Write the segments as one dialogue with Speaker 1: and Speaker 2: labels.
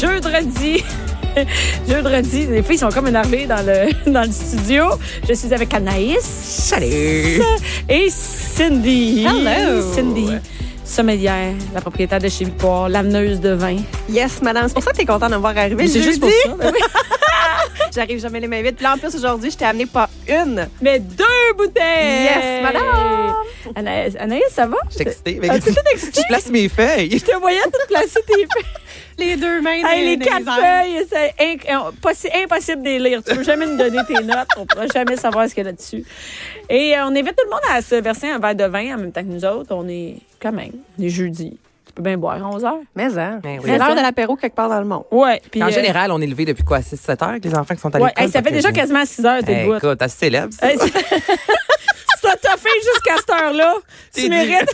Speaker 1: Jeudi. Jeudi, les filles sont comme énervées dans le, dans le studio. Je suis avec Anaïs
Speaker 2: Salut!
Speaker 1: et Cindy.
Speaker 2: Hello.
Speaker 1: Cindy, sommelière, la propriétaire de chez Victoire, l'ameneuse de vin.
Speaker 2: Yes, madame. C'est pour ça que t'es content de me voir arriver. le
Speaker 1: C'est juste pour
Speaker 2: jeudi.
Speaker 1: ça. Ben oui.
Speaker 2: J'arrive jamais les mains vides. Puis là, en plus, aujourd'hui, je t'ai amené pas une.
Speaker 1: Mais deux bouteilles!
Speaker 2: Yes, madame.
Speaker 1: Anaïs, Anaïs, ça va?
Speaker 3: Je suis excitée.
Speaker 1: Ah, t'es toute excitée?
Speaker 3: Je place mes feuilles.
Speaker 1: Je te voyais tout placer tes feuilles.
Speaker 2: Les deux mains.
Speaker 1: Hey, les quatre feuilles, c'est inc- possi- impossible de les lire. Tu peux jamais nous donner tes notes. On pourra jamais savoir ce qu'il y a là-dessus. Et euh, on invite tout le monde à se verser un verre de vin en même temps que nous autres. On est quand même, on est jeudi. Tu peux bien boire à 11 heures.
Speaker 2: Mais hein.
Speaker 3: Ben oui.
Speaker 2: C'est l'heure de l'apéro quelque part dans le monde.
Speaker 1: Ouais. puis,
Speaker 3: En
Speaker 1: euh,
Speaker 3: général, on est levé depuis quoi? 6-7 heures que les enfants qui sont à
Speaker 1: ouais,
Speaker 3: l'école?
Speaker 1: hey, ça fait déjà
Speaker 3: quasiment
Speaker 1: quasiment 6 heures, t'es
Speaker 3: Hey,
Speaker 1: debout.
Speaker 3: écoute, assez célèbre. ça.
Speaker 1: Hey, c'est- Tu t'as toffé jusqu'à cette heure-là. Tu
Speaker 3: T'es
Speaker 1: mérites.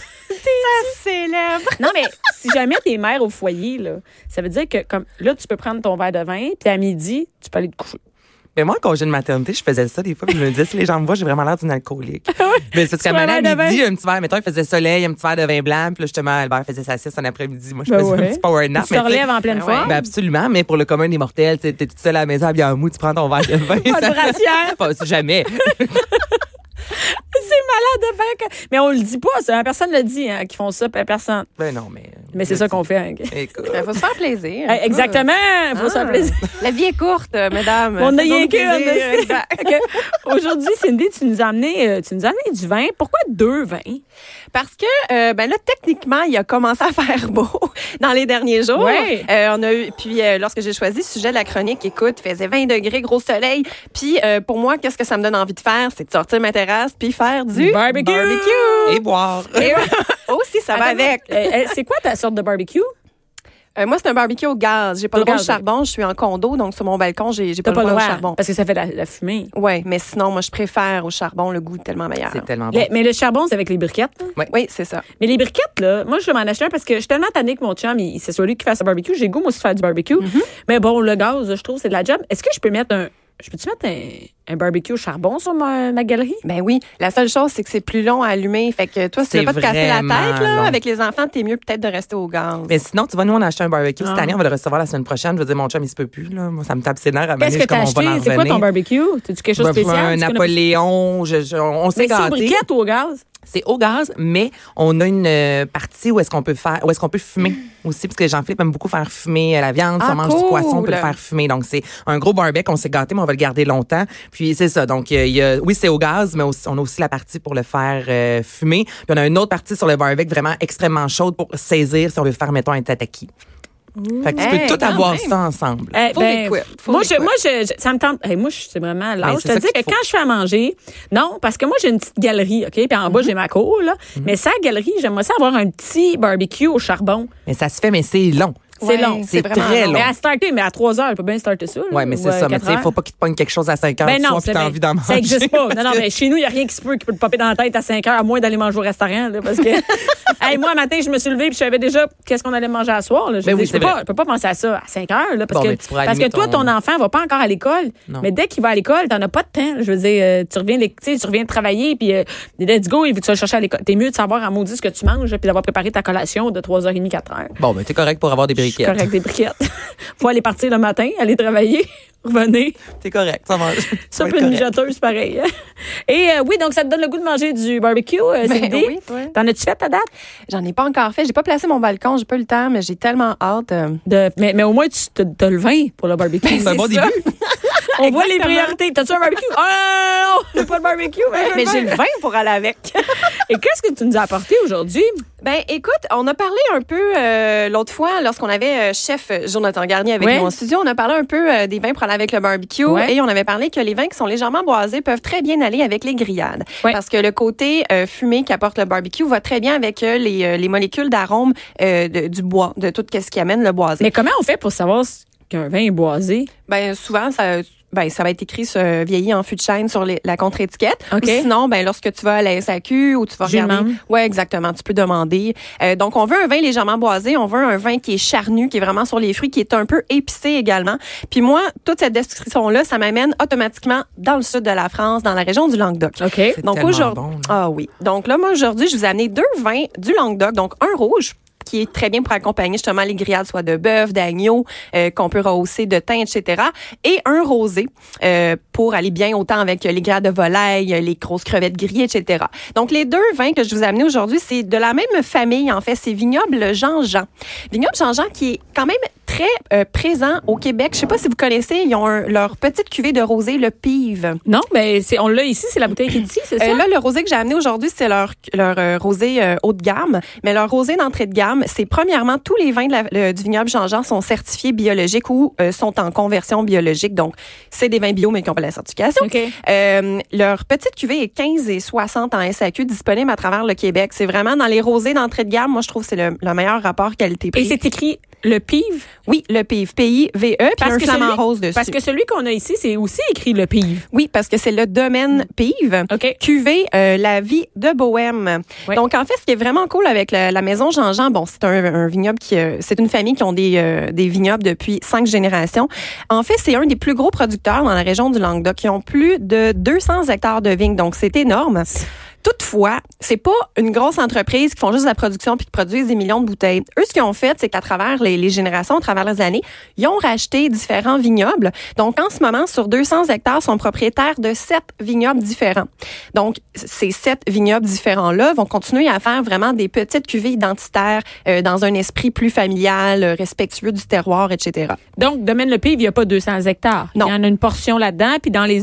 Speaker 2: Célèbre.
Speaker 1: Non, mais si jamais t'es mère au foyer, là, ça veut dire que comme là, tu peux prendre ton verre de vin, puis à midi, tu peux aller te coucher.
Speaker 3: Mais moi, quand j'ai une maternité, je faisais ça des fois. Puis je me disais, si les gens me voient, j'ai vraiment l'air d'une alcoolique. Mais c'est parce
Speaker 1: Tu
Speaker 3: qu'à
Speaker 1: as
Speaker 3: maintenant,
Speaker 1: l'air de
Speaker 3: midi, un petit verre. Mettons, il faisait soleil, un petit verre de vin blanc. Puis là, justement, Albert faisait sa sieste en après-midi. Moi, je
Speaker 1: Ben
Speaker 3: faisais
Speaker 1: ouais.
Speaker 3: un petit power nap.
Speaker 1: Tu te
Speaker 3: mais tu sais-
Speaker 1: relèves en pleine
Speaker 2: ben ouais.
Speaker 1: forme.
Speaker 3: Ben absolument, mais pour le commun des mortels, tu sais, t'es toute seule à la maison, bien en mou, tu prends ton verre de vin.
Speaker 1: Pas de
Speaker 3: ça-
Speaker 1: brassière.
Speaker 3: Pas jamais.
Speaker 1: C'est malade de faire que- Mais on le dit pas, ça. Personne le dit, hein, qu'ils font ça, puis personne.
Speaker 3: Ben non, mais.
Speaker 1: Mais c'est ça qu'on fait. hein.
Speaker 3: Écoute.
Speaker 2: Il faut se faire plaisir.
Speaker 1: Hey, exactement, faut se
Speaker 2: Ah.
Speaker 1: faire plaisir.
Speaker 2: La vie est courte, euh, mesdames.
Speaker 1: On a
Speaker 2: Faisons-nous
Speaker 1: rien qu'une,
Speaker 2: plaisir.
Speaker 1: c'est-
Speaker 2: Exact.
Speaker 1: Ok. Aujourd'hui, Cindy, tu nous as amené, euh, tu nous as amené du vin. Pourquoi deux vins?
Speaker 2: Parce que, euh, ben là, techniquement, il a commencé à faire beau dans les derniers jours.
Speaker 1: Ouais.
Speaker 2: Euh, on a eu, puis, euh, lorsque j'ai choisi le sujet de la chronique, écoute, faisait 20 degrés, gros soleil. Puis, euh, pour moi, qu'est-ce que ça me donne envie de faire? C'est de sortir ma terrasse puis faire du
Speaker 1: Barbecue.
Speaker 3: Et boire.
Speaker 2: Et aussi, ça va
Speaker 1: Attends,
Speaker 2: avec.
Speaker 1: euh, euh, c'est quoi ta sorte de barbecue?
Speaker 2: Euh, moi, c'est un barbecue au gaz. J'ai pas
Speaker 1: Au
Speaker 2: le droit au
Speaker 1: gaz,
Speaker 2: charbon. Je suis en condo, donc sur mon balcon, j'ai j'ai pas, le droit au charbon.
Speaker 1: Parce que ça fait la, la fumée.
Speaker 2: Ouais, mais sinon, moi, je préfère au charbon le goût est tellement meilleur.
Speaker 3: C'est tellement bon.
Speaker 1: Le- Ah. mais le charbon, c'est avec les briquettes. là.
Speaker 2: Oui, c'est ça.
Speaker 1: Mais les briquettes, là, moi, je vais m'en acheter un parce que je suis tellement tannée que mon chum, il- c'est soit lui qui fasse le barbecue. J'ai le goût, moi aussi, de faire du barbecue.
Speaker 2: Mm-hmm.
Speaker 1: Mais bon, le gaz, je trouve, c'est de la job. Est-ce que je peux mettre un. Je peux-tu mettre un, un barbecue au charbon sur ma, ma galerie?
Speaker 2: Ben oui, la seule chose, c'est que c'est plus long à allumer. Fait que toi, si tu veux
Speaker 3: C'est
Speaker 2: pas te casser la
Speaker 3: vraiment
Speaker 2: tête, là,
Speaker 3: long.
Speaker 2: avec les enfants, t'es mieux peut-être de rester au gaz.
Speaker 3: Mais sinon, tu vois, nous, on a acheté un barbecue
Speaker 1: Ah.
Speaker 3: cette année. On va le recevoir la semaine prochaine. Je veux dire, mon chum, il se peut plus. Là. Moi, ça me tape ses nerfs à
Speaker 1: Qu'est-ce que
Speaker 3: comme
Speaker 1: t'as
Speaker 3: on va en
Speaker 1: acheté? C'est quoi ton barbecue? T'as-tu quelque chose de
Speaker 3: Ben,
Speaker 1: spécial?
Speaker 3: Un
Speaker 1: Tu connais-
Speaker 3: Napoléon, je- je- on s'est
Speaker 1: Mais c'est aux
Speaker 3: gâtés.
Speaker 1: briquettes ou au gaz?
Speaker 3: C'est au gaz, mais on a une euh, partie où est-ce qu'on peut faire, où est-ce qu'on peut fumer
Speaker 1: Mm.
Speaker 3: aussi, parce que Jean-Philippe aime beaucoup faire fumer euh, la viande. si
Speaker 2: Ah,
Speaker 3: on mange du poisson, on peut le
Speaker 2: cool.
Speaker 3: faire fumer. Donc c'est un gros barbecue, on s'est gâté, mais on va le garder longtemps. Puis c'est ça. Donc euh, il y a- oui, c'est au gaz, mais aussi- on a aussi la partie pour le faire euh, fumer. Puis on a une autre partie sur le barbecue vraiment extrêmement chaude pour saisir si on veut faire mettons un tataki.
Speaker 1: Mmh.
Speaker 3: Fait que tu
Speaker 2: Hey,
Speaker 3: peux tout
Speaker 2: quand
Speaker 3: avoir
Speaker 2: même.
Speaker 3: ça ensemble.
Speaker 1: Eh,
Speaker 2: Full
Speaker 1: ben,
Speaker 2: equip, full
Speaker 1: moi, je,
Speaker 2: equip.
Speaker 1: moi je, je- ça me tente. eh, moi, je c'est vraiment à l'âge.
Speaker 3: Ben,
Speaker 1: Je
Speaker 3: c'est
Speaker 1: te
Speaker 3: ça
Speaker 1: dis que
Speaker 3: qu'il faut.
Speaker 1: quand je fais à manger, non, parce que moi, j'ai une petite galerie, OK? Puis en bas, j'ai ma cour, là. Mais sa galerie, j'aimerais ça avoir un petit barbecue au charbon.
Speaker 3: Mais ça se fait, mais c'est long.
Speaker 1: C'est
Speaker 2: Ouais,
Speaker 1: long.
Speaker 2: c'est
Speaker 3: C'est
Speaker 2: vraiment
Speaker 3: très
Speaker 2: long.
Speaker 1: Mais
Speaker 3: long.
Speaker 1: à starter, mais à 3 heures, elle peut bien starter ça. là,
Speaker 3: Ouais, mais
Speaker 1: ou
Speaker 3: c'est
Speaker 1: à
Speaker 3: ça. Mais
Speaker 1: quatre
Speaker 3: tu sais,
Speaker 1: heures.
Speaker 3: faut pas qu'il te pogne quelque chose à 5 heures
Speaker 1: Ben
Speaker 3: du
Speaker 1: non,
Speaker 3: soir, puis
Speaker 1: c'est
Speaker 3: t'as
Speaker 1: vrai.
Speaker 3: envie d'en manger.
Speaker 1: Ça n'existe pas. Non, non, mais chez nous, il n'y a rien qui se peut qui peut te popper dans la tête à 5 heures, à moins d'aller manger au restaurant. là, parce que, Hey, moi, un matin, je me suis levée et je savais déjà qu'est-ce qu'on allait manger à soir. là. Je
Speaker 3: Ben
Speaker 1: dis,
Speaker 3: oui,
Speaker 1: je
Speaker 3: c'est
Speaker 1: peux pas,
Speaker 3: vrai.
Speaker 1: je peux pas penser à ça à 5 heures. là, parce
Speaker 3: Bon,
Speaker 1: que,
Speaker 3: ben, tu pourras
Speaker 1: parce que
Speaker 3: allumer
Speaker 1: toi, ton
Speaker 3: ton-
Speaker 1: enfant va pas encore à l'école.
Speaker 3: Non.
Speaker 1: Mais dès qu'il va à l'école, tu n'en as pas de temps. là. Je veux dire, euh, tu reviens, les- tu sais, tu reviens travailler puis euh, let's go, il veut te chercher à l'école. T'es mieux de savoir à maudit ce que tu manges puis d'avoir préparé ta collation de 3h30, 4h.
Speaker 3: Bon, ben, t'es correct pour avoir des
Speaker 1: Je suis
Speaker 3: briquettes.
Speaker 1: correct des briquettes. Faut aller partir le matin, aller travailler, revenir.
Speaker 3: T'es correct, ça mange.
Speaker 1: Ça peut une mijoteuse, pareil. hein. Et euh, oui, donc ça te donne le goût de manger du barbecue, euh,
Speaker 2: Ben
Speaker 1: Cindy?
Speaker 2: oui, toi.
Speaker 1: T'en as-tu fait ta date?
Speaker 2: J'en ai pas encore fait. J'ai pas placé mon balcon. J'ai pas eu le temps, mais j'ai tellement hâte. euh.
Speaker 1: De- mais, mais au moins, tu te, t'as le vin pour le barbecue.
Speaker 3: C'est un bon
Speaker 2: Ben, ça.
Speaker 3: début.
Speaker 1: On voit les
Speaker 2: Exactement.
Speaker 1: priorités. T'as-tu un barbecue? Ah non, j'ai pas de barbecue. Mais,
Speaker 2: Mais j'ai le vin pour aller avec.
Speaker 1: Et qu'est-ce que tu nous as apporté aujourd'hui?
Speaker 2: Ben, écoute, on a parlé un peu euh, l'autre fois, lorsqu'on avait euh, chef Jonathan Garnier avec
Speaker 1: Ouais.
Speaker 2: nous en studio, on a parlé un peu euh, des vins pour aller avec le barbecue
Speaker 1: Ouais.
Speaker 2: et on avait parlé que les vins qui sont légèrement boisés peuvent très bien aller avec les grillades.
Speaker 1: Ouais.
Speaker 2: Parce que le côté euh, fumé qu'apporte le barbecue va très bien avec euh, les, euh, les molécules d'arôme euh, de- du bois, de tout ce qui amène le boisé.
Speaker 1: Mais comment on fait pour savoir s- qu'un vin est boisé?
Speaker 2: Ben souvent ça ben, ça va être écrit ce vieilli en fût de chêne sur les- la contre-étiquette.
Speaker 1: OK.
Speaker 2: Ou sinon, ben lorsque tu vas à la SAQ ou tu vas
Speaker 1: J'y
Speaker 2: regarder,
Speaker 1: demande.
Speaker 2: ouais exactement, tu peux demander. Euh, donc on veut un vin légèrement boisé, on veut un vin qui est charnu, qui est vraiment sur les fruits, qui est un peu épicé également. Puis moi, toute cette description là, ça m'amène automatiquement dans le sud de la France, dans la région du Languedoc.
Speaker 1: OK.
Speaker 3: C'est
Speaker 2: Donc
Speaker 3: tellement
Speaker 2: aujourd'hui,
Speaker 3: bon, là.
Speaker 2: ah oui. Donc là, moi aujourd'hui, je vous ai amené deux vins du Languedoc, donc un rouge qui est très bien pour accompagner justement les grillades soit de bœuf, d'agneau, euh, qu'on peut rehausser de thym, etc. Et un rosé euh, pour aller bien autant avec euh, les grillades de volaille, euh, les grosses crevettes grillées, etc. Donc les deux vins que je vous ai amenés aujourd'hui, c'est de la même famille en fait, c'est Vignoble Jean-Jean. Vignoble Jean-Jean qui est quand même très euh, présent au Québec. Je sais pas si vous connaissez, ils ont un- leur petite cuvée de rosé, le Pive.
Speaker 1: Non, mais c'est, on l'a ici, c'est la bouteille qui est ici, c'est ça?
Speaker 2: Euh, là, le rosé que j'ai amené aujourd'hui, c'est leur, leur euh, rosé euh, haut de gamme. Mais leur rosé d'entrée de gamme, c'est premièrement, tous les vins de la- le- du vignoble Jean-Jean sont certifiés biologiques ou euh, sont en conversion biologique. Donc, c'est des vins bio, mais qui n'ont pas la certification.
Speaker 1: OK.
Speaker 2: Euh, leur petite cuvée est 15 et 60 en SAQ, disponible à travers le Québec. C'est vraiment dans les rosés d'entrée de gamme, moi, je trouve que c'est le, le meilleur rapport
Speaker 1: Et
Speaker 2: qualité-prix.
Speaker 1: c'est écrit le pive?
Speaker 2: Oui, le PIV, P-I-V-E, E, puis un flamant
Speaker 1: celui-
Speaker 2: rose dessus.
Speaker 1: Parce que celui qu'on a ici, c'est aussi écrit le pive.
Speaker 2: Oui, parce que c'est le domaine PIV.
Speaker 1: OK.
Speaker 2: Cuvée euh, La Vie de Bohème.
Speaker 1: Oui.
Speaker 2: Donc, en fait, ce qui est vraiment cool avec la, la maison Jean-Jean, bon, c'est un, un vignoble qui, euh, c'est une famille qui ont des, euh, des vignobles depuis cinq générations. En fait, c'est un des plus gros producteurs dans la région du Languedoc qui ont plus de 200 hectares de vignes. Donc, c'est énorme. Toutefois, c'est pas une grosse entreprise qui font juste de la production puis qui produisent des millions de bouteilles. Eux, ce qu'ils ont fait, c'est qu'à travers les, les générations, à travers les années, ils ont racheté différents vignobles. Donc, en ce moment, sur 200 hectares, sont propriétaires de sept vignobles différents. Donc, ces sept vignobles différents-là vont continuer à faire vraiment des petites cuvées identitaires euh, dans un esprit plus familial, euh, respectueux du terroir, etc.
Speaker 1: Donc, domaine le pive, il n'y a pas 200 hectares.
Speaker 2: Non.
Speaker 1: Il y en a une portion là-dedans, puis dans les,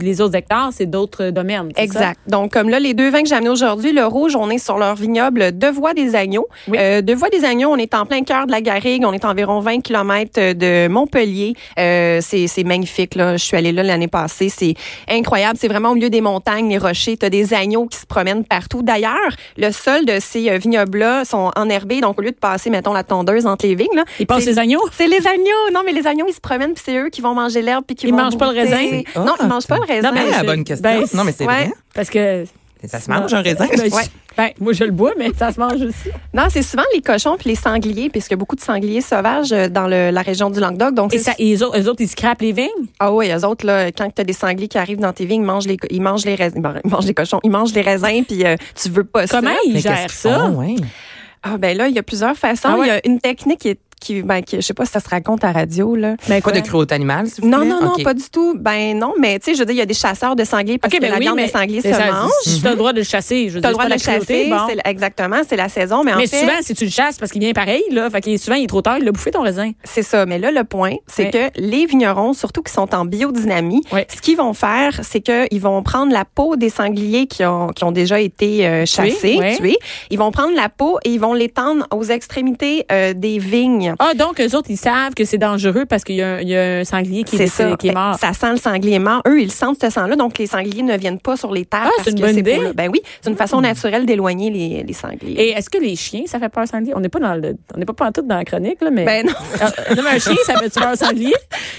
Speaker 1: les autres hectares, c'est d'autres domaines. c'est ça?
Speaker 2: Exact. Donc, comme là, les deux vins que j'ai amenés aujourd'hui, le rouge, on est sur leur vignoble Devois des Agneaux.
Speaker 1: Oui.
Speaker 2: Euh, Devois des Agneaux, on est en plein cœur de la Garrigue. On est à environ 20 km de Montpellier. Euh, c'est c'est magnifique, là. Je suis allée là l'année passée. C'est incroyable. C'est vraiment au milieu des montagnes, les rochers. T'as des agneaux qui se promènent partout. D'ailleurs, le sol de ces euh, vignobles-là sont enherbés. Donc, au lieu de passer, mettons, la tondeuse entre les vignes, là,
Speaker 1: Ils passent
Speaker 2: c'est-
Speaker 1: les agneaux?
Speaker 2: c'est les agneaux. Non, mais les agneaux, ils se promènent, puis c'est eux qui vont manger l'herbe, puis qui
Speaker 1: Ils
Speaker 2: vont
Speaker 1: mangent pas le
Speaker 2: goûter.
Speaker 1: raisin?
Speaker 3: C'est
Speaker 2: Non,
Speaker 3: hot.
Speaker 2: ils mangent pas le raisin.
Speaker 1: Non, mais
Speaker 3: Ah,
Speaker 1: je-
Speaker 3: bonne question.
Speaker 1: ben,
Speaker 3: non, mais c'est
Speaker 2: ouais.
Speaker 3: vrai.
Speaker 1: Parce que.
Speaker 3: Ça se mange un raisin.
Speaker 1: Ben, je-
Speaker 2: Ouais.
Speaker 1: ben, moi, je le bois, mais ça se mange aussi.
Speaker 2: Non, c'est souvent les cochons puis les sangliers, puisque beaucoup de sangliers sauvages euh, dans le- la région du Languedoc. Donc,
Speaker 1: Et
Speaker 2: c'est-
Speaker 1: ça, et eux autres, eux autres, ils scrapent les vignes?
Speaker 2: ah oui, eux autres, là, quand t'as des sangliers qui arrivent dans tes vignes, ils mangent les, co- ils mangent les raisins, bon, ils mangent les cochons, ils mangent les raisins, puis euh, tu veux pas ça.
Speaker 1: Comment ils
Speaker 3: Mais qu'est-ce
Speaker 1: gèrent
Speaker 3: qu'ils
Speaker 1: ça?
Speaker 3: font, ouais?
Speaker 2: Ah ben là, il y a plusieurs façons.
Speaker 1: Ah ouais?
Speaker 2: Il y a une technique qui est, qui, ben, qui- je sais pas si ça se raconte à radio, là.
Speaker 1: Ben,
Speaker 3: Pas
Speaker 1: quoi?
Speaker 3: de cruauté animale, s'il vous
Speaker 2: Non,
Speaker 3: plaît?
Speaker 2: non, non,
Speaker 3: Ok.
Speaker 2: pas du tout. Ben non, mais tu sais, je veux dire, il y a des chasseurs de sangliers parce
Speaker 1: OK,
Speaker 2: que
Speaker 1: ben
Speaker 2: la
Speaker 1: oui,
Speaker 2: viande
Speaker 1: mais
Speaker 2: des sangliers se
Speaker 1: mais ça-
Speaker 2: mange.
Speaker 1: Si tu as le droit de le chasser. Je veux
Speaker 2: T'as le
Speaker 1: dire, c'est
Speaker 2: droit de
Speaker 1: pas
Speaker 2: le
Speaker 1: la cruauté,
Speaker 2: chasser,
Speaker 1: bon.
Speaker 2: c'est la- exactement, c'est la saison, mais, en
Speaker 1: Mais
Speaker 2: fait,
Speaker 1: souvent, si tu le chasses, parce qu'il vient pareil, là, fait que souvent, il est trop tard, il l'a bouffé ton raisin.
Speaker 2: C'est ça. Mais là, le point, c'est
Speaker 1: Oui.
Speaker 2: que les vignerons, surtout qui sont en biodynamie,
Speaker 1: Oui.
Speaker 2: ce qu'ils vont faire, c'est qu'ils vont prendre la peau des sangliers qui ont, qui ont déjà été euh, chassés,
Speaker 1: oui.
Speaker 2: tués. Ils vont prendre la peau et ils vont l'étendre aux extrémités euh, des vignes.
Speaker 1: Ah, donc, eux autres, ils savent que c'est dangereux parce qu'il y, a un- il y a un sanglier qui est,
Speaker 2: C'est ça. Ben,
Speaker 1: qui est mort.
Speaker 2: Ça sent le sanglier mort. Eux, ils sentent ce sang-là, donc les sangliers ne viennent pas sur les terres.
Speaker 1: Ah,
Speaker 2: parce
Speaker 1: c'est une
Speaker 2: que
Speaker 1: bonne
Speaker 2: ces
Speaker 1: idée. Ah.
Speaker 2: peaux-là- Ben oui, c'est une façon naturelle d'éloigner les, les sangliers.
Speaker 1: Et est-ce que les chiens, ça fait peur un sanglier? On n'est pas dans le, on n'est pas pantoute dans la chronique, là, mais.
Speaker 2: Ben non.
Speaker 1: Ah, euh, non, mais un chien, ça fait-tu peur un sanglier?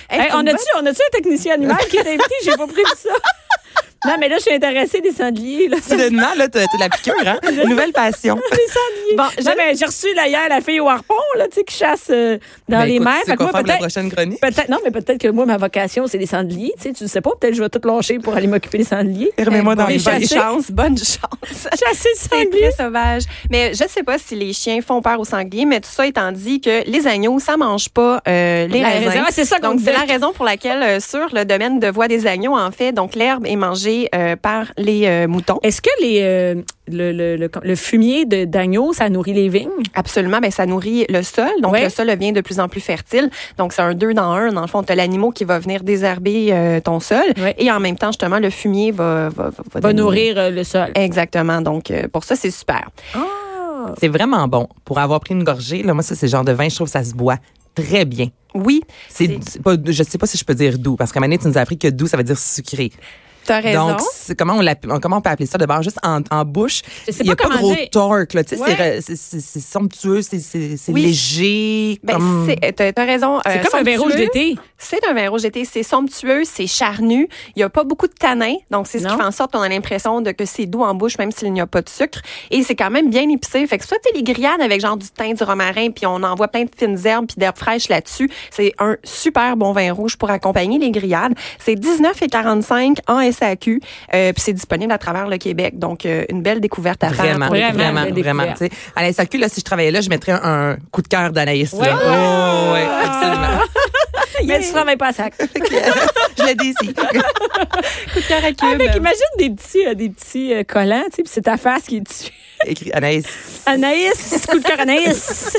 Speaker 2: Hey,
Speaker 1: Hey,
Speaker 2: c'est
Speaker 1: on
Speaker 2: une
Speaker 1: a-tu, on a-tu un technicien animal qui est invité? J'ai pas prévu ça. Non, mais là, je suis intéressée des sangliers, là.
Speaker 3: Soudainement, là, t'as t'as la piqûre, hein? Une nouvelle passion.
Speaker 1: les sangliers.
Speaker 2: Bon,
Speaker 1: Non, mais j'ai reçu là, hier la fille au harpon, là, tu sais, qui chasse euh, dans
Speaker 3: Ben,
Speaker 1: les
Speaker 3: écoute,
Speaker 1: mers.
Speaker 3: tu sais
Speaker 1: Fait que
Speaker 3: quoi
Speaker 1: moi,
Speaker 3: faire pour la
Speaker 1: peut-être,
Speaker 3: prochaine chronique?
Speaker 1: peut-être, non, mais peut-être que moi, ma vocation, c'est les sangliers, tu sais, tu le sais pas, peut-être que je vais tout lâcher pour aller m'occuper des sangliers. Ben,
Speaker 3: Remets-moi dans
Speaker 1: les
Speaker 3: les
Speaker 1: chasser.
Speaker 2: bonne
Speaker 3: valises.
Speaker 2: chance, Ben, bonne chance.
Speaker 1: Chasser les
Speaker 2: C'est
Speaker 1: sangliers.
Speaker 2: très sauvage. Mais je sais pas si les chiens font peur aux sangliers, mais tout ça étant dit que les agneaux, ça mange pas euh, les
Speaker 1: La
Speaker 2: raisins.
Speaker 1: raison- ah, c'est ça qu'on
Speaker 2: donc, c'est
Speaker 1: disait.
Speaker 2: la raison pour laquelle, euh, sur le domaine de voie des agneaux, en fait, donc l'herbe est mangée euh, par les euh, moutons.
Speaker 1: Est-ce que les, euh, le, le, le, le fumier de- d'agneau, ça nourrit les vignes?
Speaker 2: Absolument, ben, ça nourrit le sol. Donc,
Speaker 1: Ouais.
Speaker 2: le sol devient de plus en plus fertile. Donc, c'est un deux dans un. Dans le fond, tu l'animal qui va venir désherber euh, ton sol.
Speaker 1: Ouais.
Speaker 2: Et en même temps, justement, le fumier va, va, va, va Eh,
Speaker 1: Va
Speaker 2: donner-
Speaker 1: nourrir euh, le sol.
Speaker 2: Exactement. Donc, euh, pour ça, c'est super.
Speaker 3: C'est vraiment bon. Pour avoir pris une gorgée, là, moi, ça, c'est le genre de vin, je trouve que ça se boit très bien.
Speaker 2: Oui.
Speaker 3: C'est c'est pas, je sais pas si je peux dire doux, parce qu'à un moment donné, tu nous as appris que doux, ça veut dire sucré.
Speaker 2: T'as raison.
Speaker 3: Donc, c'est- comment on, l'appelle- comment on peut appeler ça de bord? Juste en, en bouche.
Speaker 1: Je sais
Speaker 3: Il n'y a
Speaker 1: pas
Speaker 3: pas de
Speaker 1: comment
Speaker 3: gros
Speaker 1: dire.
Speaker 3: torque. là. Tu sais,
Speaker 1: Ouais.
Speaker 3: c'est re- c'est- c'est c'est somptueux, c'est- c'est c'est
Speaker 2: Oui.
Speaker 3: léger.
Speaker 2: Ben,
Speaker 3: comme-
Speaker 2: c'est- t'as, t'as raison.
Speaker 1: C'est
Speaker 2: euh,
Speaker 1: comme un vin rouge
Speaker 2: somptueux.
Speaker 1: d'été.
Speaker 2: C'est un vin rouge d'été. C'est somptueux, c'est charnu. Il n'y a pas beaucoup de tanin. Donc, c'est ce qui
Speaker 1: Non.
Speaker 2: fait en sorte qu'on a l'impression de que c'est doux en bouche, même s'il n'y a pas de sucre. Et c'est quand même bien épicé. Fait que soit t'es les grillades avec genre du thym, du romarin, puis on envoie plein de fines herbes puis d'herbes fraîches là-dessus. C'est un super bon vin rouge pour accompagner les grillades. C'est 19,45 en SAQ. euh, puis c'est disponible à travers le Québec. Donc, euh, une belle découverte à faire.
Speaker 3: Vraiment,
Speaker 2: pour les
Speaker 3: vraiment,
Speaker 2: grillades.
Speaker 3: vraiment.
Speaker 1: la découverte.
Speaker 3: tu sais. à la SAQ, là, si je travaillais là, je mettrais un, un coup de cœur d'Anaïs. là.
Speaker 1: Ouais. Ah!
Speaker 3: Oh, ouais, absolument. euh,
Speaker 1: Mais tu travailles pas à sac.
Speaker 3: je le dis ici.
Speaker 2: Coup de cœur à
Speaker 1: Ah,
Speaker 2: cube.
Speaker 1: mec, imagine des petits, euh, des petits euh, collants, tu sais, puis c'est ta face qui est dessus.
Speaker 3: Écrit Anaïs.
Speaker 1: Anaïs, coup de cœur Anaïs.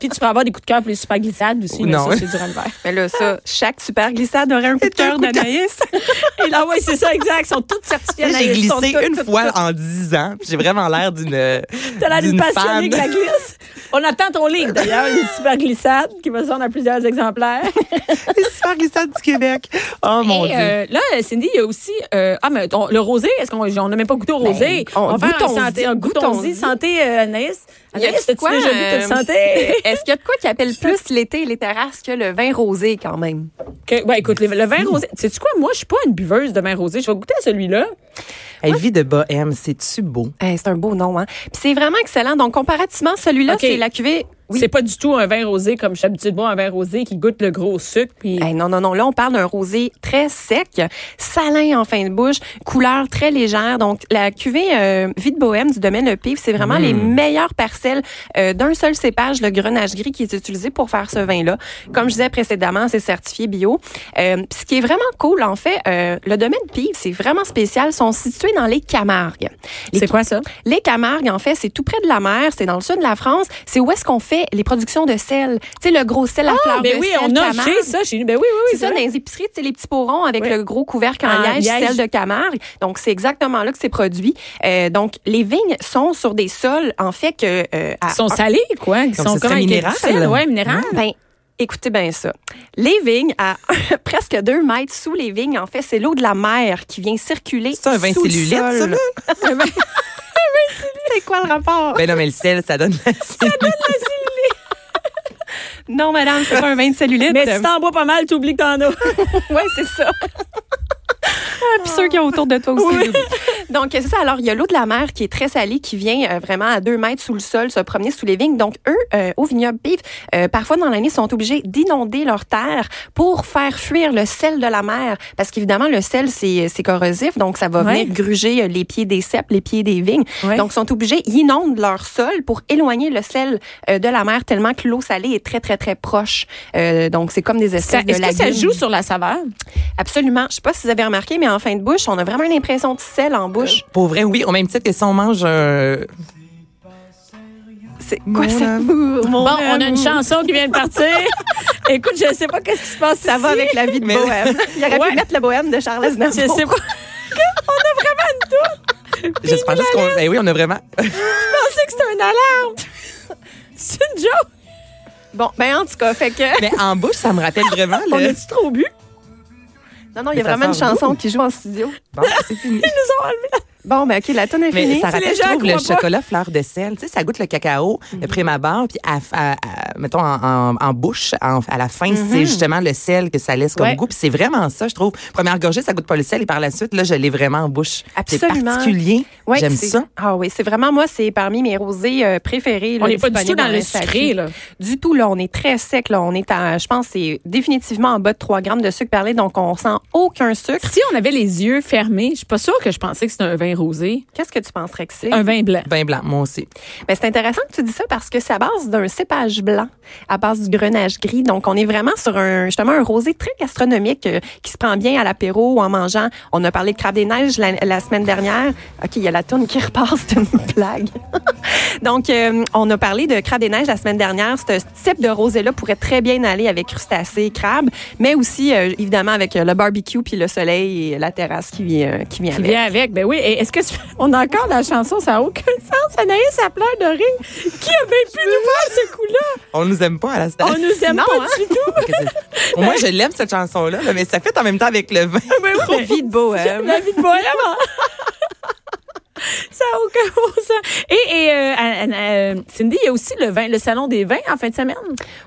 Speaker 1: puis tu peux avoir des coups de cœur pour les super glissades aussi, mais
Speaker 3: Non.
Speaker 1: ça, c'est durant l'hiver.
Speaker 2: Mais là, ça, chaque super glissade aurait un coup de cœur d'Anaïs.
Speaker 1: Et là, oui, c'est ça, exact. Ils sont toutes certifiées
Speaker 3: Là, J'ai
Speaker 1: Anaïs. Ils sont
Speaker 3: glissé
Speaker 1: toutes-
Speaker 3: une
Speaker 1: toutes-
Speaker 3: fois en 10 ans. puis J'ai vraiment l'air d'une.
Speaker 1: T'as l'air d'une
Speaker 3: d'une
Speaker 1: passionnée
Speaker 3: fan.
Speaker 1: de la glisse. On attend ton livre, d'ailleurs, une super glissade qui va sortir dans plusieurs exemplaires.
Speaker 3: Les super glissades du Québec. Oh mon
Speaker 1: Et,
Speaker 3: Dieu.
Speaker 1: euh, là, Cindy, il y a aussi. euh, ah, mais on- le rosé, est-ce qu'on n'a même pas goûté au rosé?
Speaker 2: Ben, on-
Speaker 1: va faire
Speaker 2: goûtons-y,
Speaker 1: un santé, un goûtons-y.
Speaker 2: goûtons-y.
Speaker 1: Santé, euh, Anaïs.
Speaker 2: Y a-tu
Speaker 1: Anaïs, as-tu
Speaker 2: quoi,
Speaker 1: déjà goûté
Speaker 2: euh,
Speaker 1: de santé?
Speaker 2: Est-ce qu'il y a de quoi qui appelle plus l'été et les terrasses que le vin rosé quand même?
Speaker 1: Que- ouais, écoute, le, le vin rosé. Sais-tu quoi? Moi, je suis pas une buveuse de vin rosé. Je vais goûter à celui-là.
Speaker 3: Elle vit de bohème. C'est-tu beau?
Speaker 2: Eh, c'est un beau nom, hein? Puis c'est vraiment excellent. Donc, comparativement, celui-là,
Speaker 1: Ok.
Speaker 2: c'est la cuvée. Oui.
Speaker 1: C'est pas du tout un vin rosé comme je suis habituée de boire un vin rosé qui goûte le gros sucre. Puis...
Speaker 2: Eh, non, non, non. Là, on parle d'un rosé très sec, salin en fin de bouche, couleur très légère. Donc, la cuvée euh, Vie de Bohème du domaine Le Pif, c'est vraiment les
Speaker 1: Mm.
Speaker 2: meilleures parcelles euh, d'un seul cépage, le grenage gris, qui est utilisé pour faire ce vin-là. Comme je disais précédemment, c'est certifié bio. Euh, puis ce qui est vraiment cool, en fait, euh, le domaine Pif, c'est vraiment spécial. Ils sont situés dans les Camargues. Les
Speaker 1: C'est quoi ça?
Speaker 2: Les Camargues, en fait, c'est tout près de la mer, c'est dans le sud de la France. C'est où est-ce qu'on fait les productions de sel. Tu sais, le gros sel à fleur
Speaker 1: ben
Speaker 2: de
Speaker 1: oui,
Speaker 2: sel
Speaker 1: on a
Speaker 2: Camargue.
Speaker 1: chez ça, chez nous. Ben oui, oui, oui.
Speaker 2: C'est ça,
Speaker 1: vrai.
Speaker 2: dans les épiceries, tu sais, les petits pots ronds avec
Speaker 1: Oui.
Speaker 2: le gros couvercle en,
Speaker 1: En
Speaker 2: liège,
Speaker 1: liège.
Speaker 2: celle de Camargue. Donc, c'est exactement là que c'est produit. Euh, donc, les vignes sont sur des sols, en fait, que... euh, à
Speaker 1: Ils sont salés, quoi. Ils
Speaker 3: Comme
Speaker 1: sont
Speaker 3: ce
Speaker 1: comme
Speaker 3: serait
Speaker 1: avec
Speaker 3: minéral.
Speaker 1: du sel, ouais, minéral.
Speaker 2: Ben, écoutez bien ça. Les vignes, à presque deux mètres sous les vignes, en fait, c'est l'eau de la mer qui vient circuler
Speaker 3: C'est un vin
Speaker 2: sous le
Speaker 3: cellulite,
Speaker 2: sol.
Speaker 3: ça, là?
Speaker 2: C'est quoi le rapport?
Speaker 3: Ben non, mais le sel, ça donne la
Speaker 2: Non, madame, c'est pas un vin de cellulite.
Speaker 1: Mais si t'en bois pas mal, tu oublies que t'en as.
Speaker 2: Ouais, c'est ça. Ah, Puis ceux qui sont autour de toi aussi. Louis. Donc, c'est ça. Alors, il y a l'eau de la mer qui est très salée, qui vient euh, vraiment à deux mètres sous le sol, se promener sous les vignes. Donc, eux, euh, au vignoble Pif, euh, parfois dans l'année, sont obligés d'inonder leur terre pour faire fuir le sel de la mer. Parce qu'évidemment, le sel, c'est c'est corrosif. Donc, ça va
Speaker 1: Ouais.
Speaker 2: venir gruger euh, les pieds des cèpes, les pieds des vignes.
Speaker 1: Ouais.
Speaker 2: Donc, sont obligés, ils inondent leur sol pour éloigner le sel euh, de la mer tellement que l'eau salée est très, très, très proche. Euh, donc, c'est comme des espèces
Speaker 1: Ça-
Speaker 2: de
Speaker 1: Est-ce que ça
Speaker 2: lagunes.
Speaker 1: joue sur la saveur?
Speaker 2: Absolument. Je sais pas si vous avez remarqué, mais en fin de bouche, on a vraiment l'impression de sel en bouche.
Speaker 3: Pour vrai, oui, au même titre que si on mange euh, un.
Speaker 2: C'est
Speaker 3: Mon
Speaker 2: quoi ça?
Speaker 1: Bon, on a une chanson qui vient de partir. Écoute, je sais pas qu'est-ce qui se passe.
Speaker 2: Ça va
Speaker 1: ici.
Speaker 2: avec la vie de
Speaker 3: Mais-
Speaker 2: bohème. Il aurait
Speaker 1: Ouais.
Speaker 2: pu mettre le bohème de Charles Aznavour.
Speaker 1: Je sais pas.
Speaker 3: J'espère juste qu'on. Ben oui, on a vraiment.
Speaker 1: Je pensais que c'était une alarme. C'est une joke.
Speaker 2: Bon, ben en tout cas, fait que...
Speaker 3: Mais en bouche, ça me rappelle vraiment
Speaker 1: On
Speaker 3: le.
Speaker 1: a-tu trop bu?
Speaker 2: Non, non, il y
Speaker 3: Mais
Speaker 2: a
Speaker 3: ça
Speaker 2: vraiment une
Speaker 3: sent
Speaker 2: chanson qui joue en studio.
Speaker 3: Bon, c'est
Speaker 1: Ils
Speaker 3: fini.
Speaker 1: nous ont enlevé.
Speaker 2: Bon, ben OK, la tonne est
Speaker 3: Mais
Speaker 2: finie.
Speaker 3: ça rappelle,
Speaker 1: les
Speaker 3: je
Speaker 1: gens
Speaker 3: trouve, le
Speaker 1: croient pas.
Speaker 3: chocolat fleur de sel. Tu sais, ça goûte le cacao, le prima-bord, puis à, à- à- mettons, en, en- en bouche, en- à la fin, c'est justement le sel que ça laisse comme
Speaker 1: Ouais.
Speaker 3: goût. Puis c'est vraiment ça, je trouve. Première gorgée, ça goûte pas le sel, et par la suite, là, je l'ai vraiment en bouche. C'est
Speaker 2: Absolument.
Speaker 3: particulier.
Speaker 2: Ouais,
Speaker 3: J'aime
Speaker 2: c'est-
Speaker 3: ça.
Speaker 2: Ah oui, c'est vraiment, moi, c'est parmi mes rosés euh, préférés.
Speaker 1: On
Speaker 2: là,
Speaker 1: n'est pas du tout
Speaker 2: disponibles
Speaker 1: dans
Speaker 2: en
Speaker 1: le
Speaker 2: SAQ.
Speaker 1: sucré, là.
Speaker 2: Du tout, là, on est très sec. Là. On est à, je pense, c'est définitivement en bas de 3 grammes de sucre par litre, donc on sent aucun sucre.
Speaker 1: Si on avait les yeux fermés, je suis pas sûre que je pensais que c'était un vin rosé,
Speaker 2: Qu'est-ce que tu penserais que c'est?
Speaker 1: un vin blanc.
Speaker 3: Vin blanc, moi aussi.
Speaker 2: Mais Ben, c'est intéressant que tu dis ça parce que c'est à base d'un cépage blanc, à base du grenage gris. Donc, on est vraiment sur un, justement, un rosé très gastronomique euh, qui se prend bien à l'apéro ou en mangeant. On a parlé de crabe des neiges la, la semaine dernière. OK, il y a la tourne qui repasse, c'est une blague. Donc, euh, on a parlé de crabe des neiges la semaine dernière. Ce type de rosé-là pourrait très bien aller avec crustacés, crabes, mais aussi, euh, évidemment, avec euh, le barbecue puis le soleil et la terrasse qui vient, qui vient
Speaker 1: Qui
Speaker 2: avec.
Speaker 1: vient avec. Ben oui. Et Est-ce que tu... On a encore la chanson, ça n'a aucun sens. Anaïs, a pleure de rire. Qui a bien pu nous voir ce coup-là?
Speaker 3: On nous aime pas à la station.
Speaker 1: On nous aime
Speaker 2: Non,
Speaker 1: pas
Speaker 2: hein?
Speaker 1: du tout.
Speaker 3: Au moins, je l'aime, cette chanson-là, là, mais ça fait en même temps avec le vin.
Speaker 2: Trop vite, bohème.
Speaker 1: La vie de bohème. hein? Ça n'a aucun bon sens. Et, et, euh, Anna- euh, Cindy, il y a aussi le vin, le salon des vins en fin de semaine.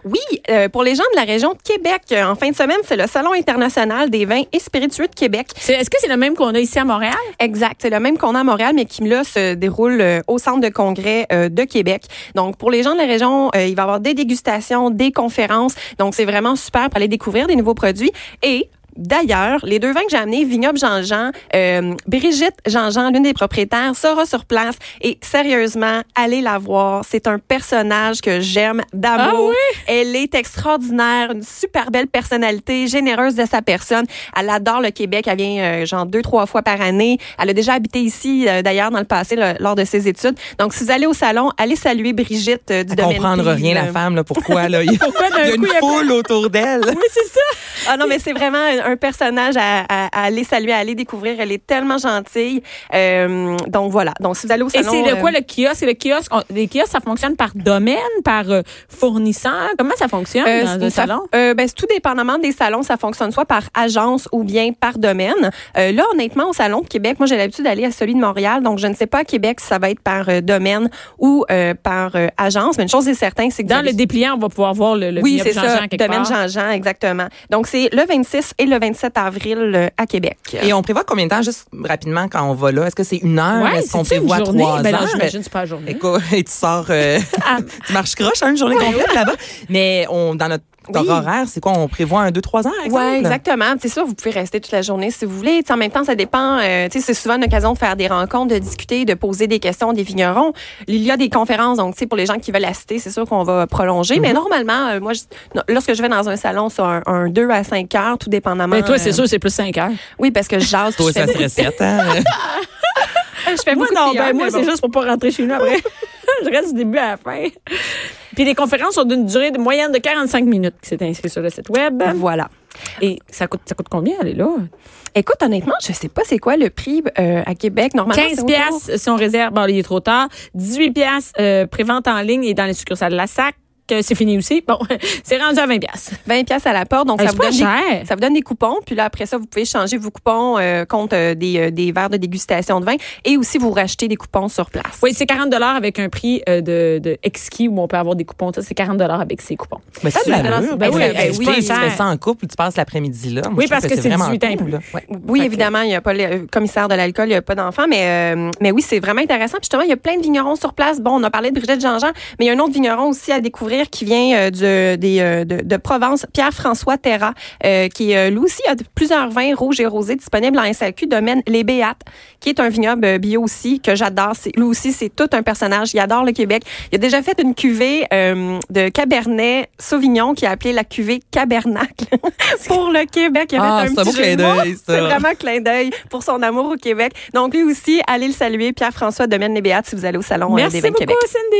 Speaker 2: Oui, euh, pour les gens de la région de Québec, euh, en fin de semaine, c'est le Salon international des vins et spiritueux de Québec.
Speaker 1: C'est- Est-ce que c'est le même qu'on a ici à Montréal?
Speaker 2: Exact. C'est le même qu'on a à Montréal, mais qui, là, se déroule euh, au Centre de congrès euh, de Québec. Donc, pour les gens de la région, euh, il va y avoir des dégustations, des conférences. Donc, c'est vraiment super pour aller découvrir des nouveaux produits. Et... D'ailleurs, les deux vins que j'ai amenés, Vignoble Jean-Jean, euh, Brigitte Jean-Jean, l'une des propriétaires, sera sur place. Et sérieusement, allez la voir. C'est un personnage que j'aime d'amour.
Speaker 1: Ah
Speaker 2: Elle est extraordinaire, une super belle personnalité, généreuse de sa personne. Elle adore le Québec. Elle vient euh, genre deux, trois fois par année. Elle a déjà habité ici, euh, d'ailleurs, dans le passé, là, lors de ses études. Donc, si vous allez au salon, allez saluer Brigitte euh, du
Speaker 3: Elle
Speaker 2: domaine.
Speaker 3: comprendre
Speaker 2: Pise.
Speaker 3: rien, la femme, là, pourquoi, là. Il y a,
Speaker 1: Pourquoi d'un
Speaker 3: il y a
Speaker 1: coup,
Speaker 3: une
Speaker 1: il y a-
Speaker 3: foule autour d'elle.
Speaker 1: Oui, c'est ça.
Speaker 2: Ah non, mais c'est vraiment un un personnage à, à- à aller saluer, à aller découvrir. Elle est tellement gentille. Euh, donc, voilà. Donc, si vous allez au
Speaker 1: Et
Speaker 2: salon...
Speaker 1: c'est le
Speaker 2: euh,
Speaker 1: quoi le kiosque? Et le kiosque, on- les kiosques, ça fonctionne par domaine, par euh, fournisseur? Comment ça fonctionne
Speaker 2: Euh,
Speaker 1: dans un
Speaker 2: ça-
Speaker 1: salon?
Speaker 2: euh, ben, c'est tout dépendamment des salons, ça fonctionne soit par agence ou bien par domaine. Euh, là, honnêtement, au salon de Québec, moi j'ai l'habitude d'aller à celui de Montréal, donc je ne sais pas à Québec si ça va être par euh, domaine ou euh, par euh, agence. Mais une chose est certaine, c'est que vous
Speaker 1: Dans
Speaker 2: allez-
Speaker 1: le dépliant, on va pouvoir voir le, le
Speaker 2: oui,
Speaker 1: vignoble
Speaker 2: c'est ça,
Speaker 1: Jean-Jean quelque
Speaker 2: domaine
Speaker 1: part.
Speaker 2: Jean-Jean, exactement. Donc c'est le 26 et le 27 avril euh, à Québec.
Speaker 3: Et on prévoit combien de temps, juste rapidement, quand on va là? Est-ce que c'est une heure?
Speaker 1: Ouais,
Speaker 3: Est-ce qu'on
Speaker 1: c'est-tu une
Speaker 3: prévoit
Speaker 1: journée?
Speaker 3: trois
Speaker 1: Ben non,
Speaker 3: heures?
Speaker 1: j'imagine, c'est pas la journée.
Speaker 3: Écoute, et tu sors, euh,
Speaker 1: Ah.
Speaker 3: tu marches croche hein, une journée complète là-bas. Mais on, dans notre
Speaker 2: Oui.
Speaker 3: horaire, c'est quoi? On prévoit un, deux, trois heures, exemple?
Speaker 2: Oui, exactement. C'est ça, vous pouvez rester toute la journée si vous voulez. Tu sais, en même temps, ça dépend. euh, tu sais, c'est souvent une occasion de faire des rencontres, de discuter, de poser des questions des vignerons. Il y a des conférences, donc tu sais, pour les gens qui veulent assister, c'est sûr qu'on va prolonger.
Speaker 1: Mhm.
Speaker 2: Mais normalement, euh, moi, je- non, lorsque je vais dans un salon, c'est un, un 2 à 5 heures, tout dépendamment.
Speaker 1: Mais Ben, toi, c'est
Speaker 2: euh,
Speaker 1: sûr, c'est plus 5 heures.
Speaker 2: Oui, parce que je jase. puis
Speaker 3: Toi,
Speaker 2: je fais
Speaker 3: ça
Speaker 2: beaucoup-
Speaker 3: serait sept, hein?
Speaker 2: je fais
Speaker 1: Moi,
Speaker 2: beaucoup de
Speaker 1: non,
Speaker 2: PR,
Speaker 1: ben,
Speaker 2: mais
Speaker 1: moi,
Speaker 2: bon.
Speaker 1: c'est juste pour pas rentrer chez nous après. je reste du début à la fin. Puis les conférences sont d'une durée de moyenne de 45 minutes qui s'est inscrit sur le site web.
Speaker 2: Voilà.
Speaker 1: Et ça coûte, ça coûte combien, elle est là?
Speaker 2: Écoute, honnêtement, je sais pas c'est quoi le prix euh, à Québec. Normalement,
Speaker 1: 15
Speaker 2: c'est autour-
Speaker 1: piastres si on réserve. Bon, il est trop tard. 18 piastres euh, prévente en ligne et dans les succursales de la SAC. Euh, C'est fini aussi. Bon, c'est rendu à 20 piastres.
Speaker 2: 20 pièces à la porte, donc
Speaker 1: Hey,
Speaker 2: ça
Speaker 1: c'est
Speaker 2: vous
Speaker 1: pas
Speaker 2: donne des-
Speaker 1: cher.
Speaker 2: ça vous donne des coupons, puis là après ça vous pouvez changer vos coupons euh, contre euh, des, euh, des verres de dégustation de vin et aussi vous racheter des coupons sur place.
Speaker 1: Oui, c'est 40 avec un prix euh, de, de exquis où on peut avoir des coupons. Ça, c'est 40 avec ces coupons.
Speaker 3: Mais c'est la
Speaker 2: alors,
Speaker 3: mûre.
Speaker 2: ben
Speaker 1: oui, Ah, ben oui,
Speaker 3: tu
Speaker 1: cher.
Speaker 3: fais ça en couple, tu passes l'après-midi là.
Speaker 1: Oui,
Speaker 3: Moi, je trouve
Speaker 1: parce que c'est
Speaker 3: vraiment
Speaker 1: 18 ans et
Speaker 3: cool,
Speaker 1: plus.
Speaker 3: là. Ouais.
Speaker 2: Oui, évidemment, il n'y a pas le le commissaire de l'alcool, il n'y a pas d'enfant, mais, euh, mais oui, c'est vraiment intéressant. Puis justement, il y a plein de vignerons sur place. Bon, on a parlé de Brigitte Jean-Jean, mais il y a un autre vigneron aussi à découvrir qui vient euh, du- des, euh, de, de Provence, Pierre-François Terra, euh, qui, euh, lui aussi, a de- plusieurs vins rouges et rosés disponibles en SAQ, domaine Les Béates, qui est un vignoble euh, bio aussi, que j'adore. C'est- Lui aussi, c'est tout un personnage. Il adore le Québec. Il a déjà fait une cuvée euh, de Cabernet Sauvignon qui a appelé la cuvée Cabernacle pour le Québec. Il a
Speaker 3: Ah,
Speaker 2: fait un
Speaker 3: c'est un
Speaker 2: petit
Speaker 3: beau
Speaker 2: jeu
Speaker 3: clin
Speaker 2: de mots.
Speaker 3: d'œil, ça. Ah,
Speaker 2: C'est vraiment un clin d'œil pour son amour au Québec. Donc lui aussi, allez le saluer, Pierre-François Domaine-Lébéat, si vous allez au Salon euh,
Speaker 1: Merci
Speaker 2: des Vins de
Speaker 1: beaucoup,
Speaker 2: Québec.
Speaker 1: Cindy.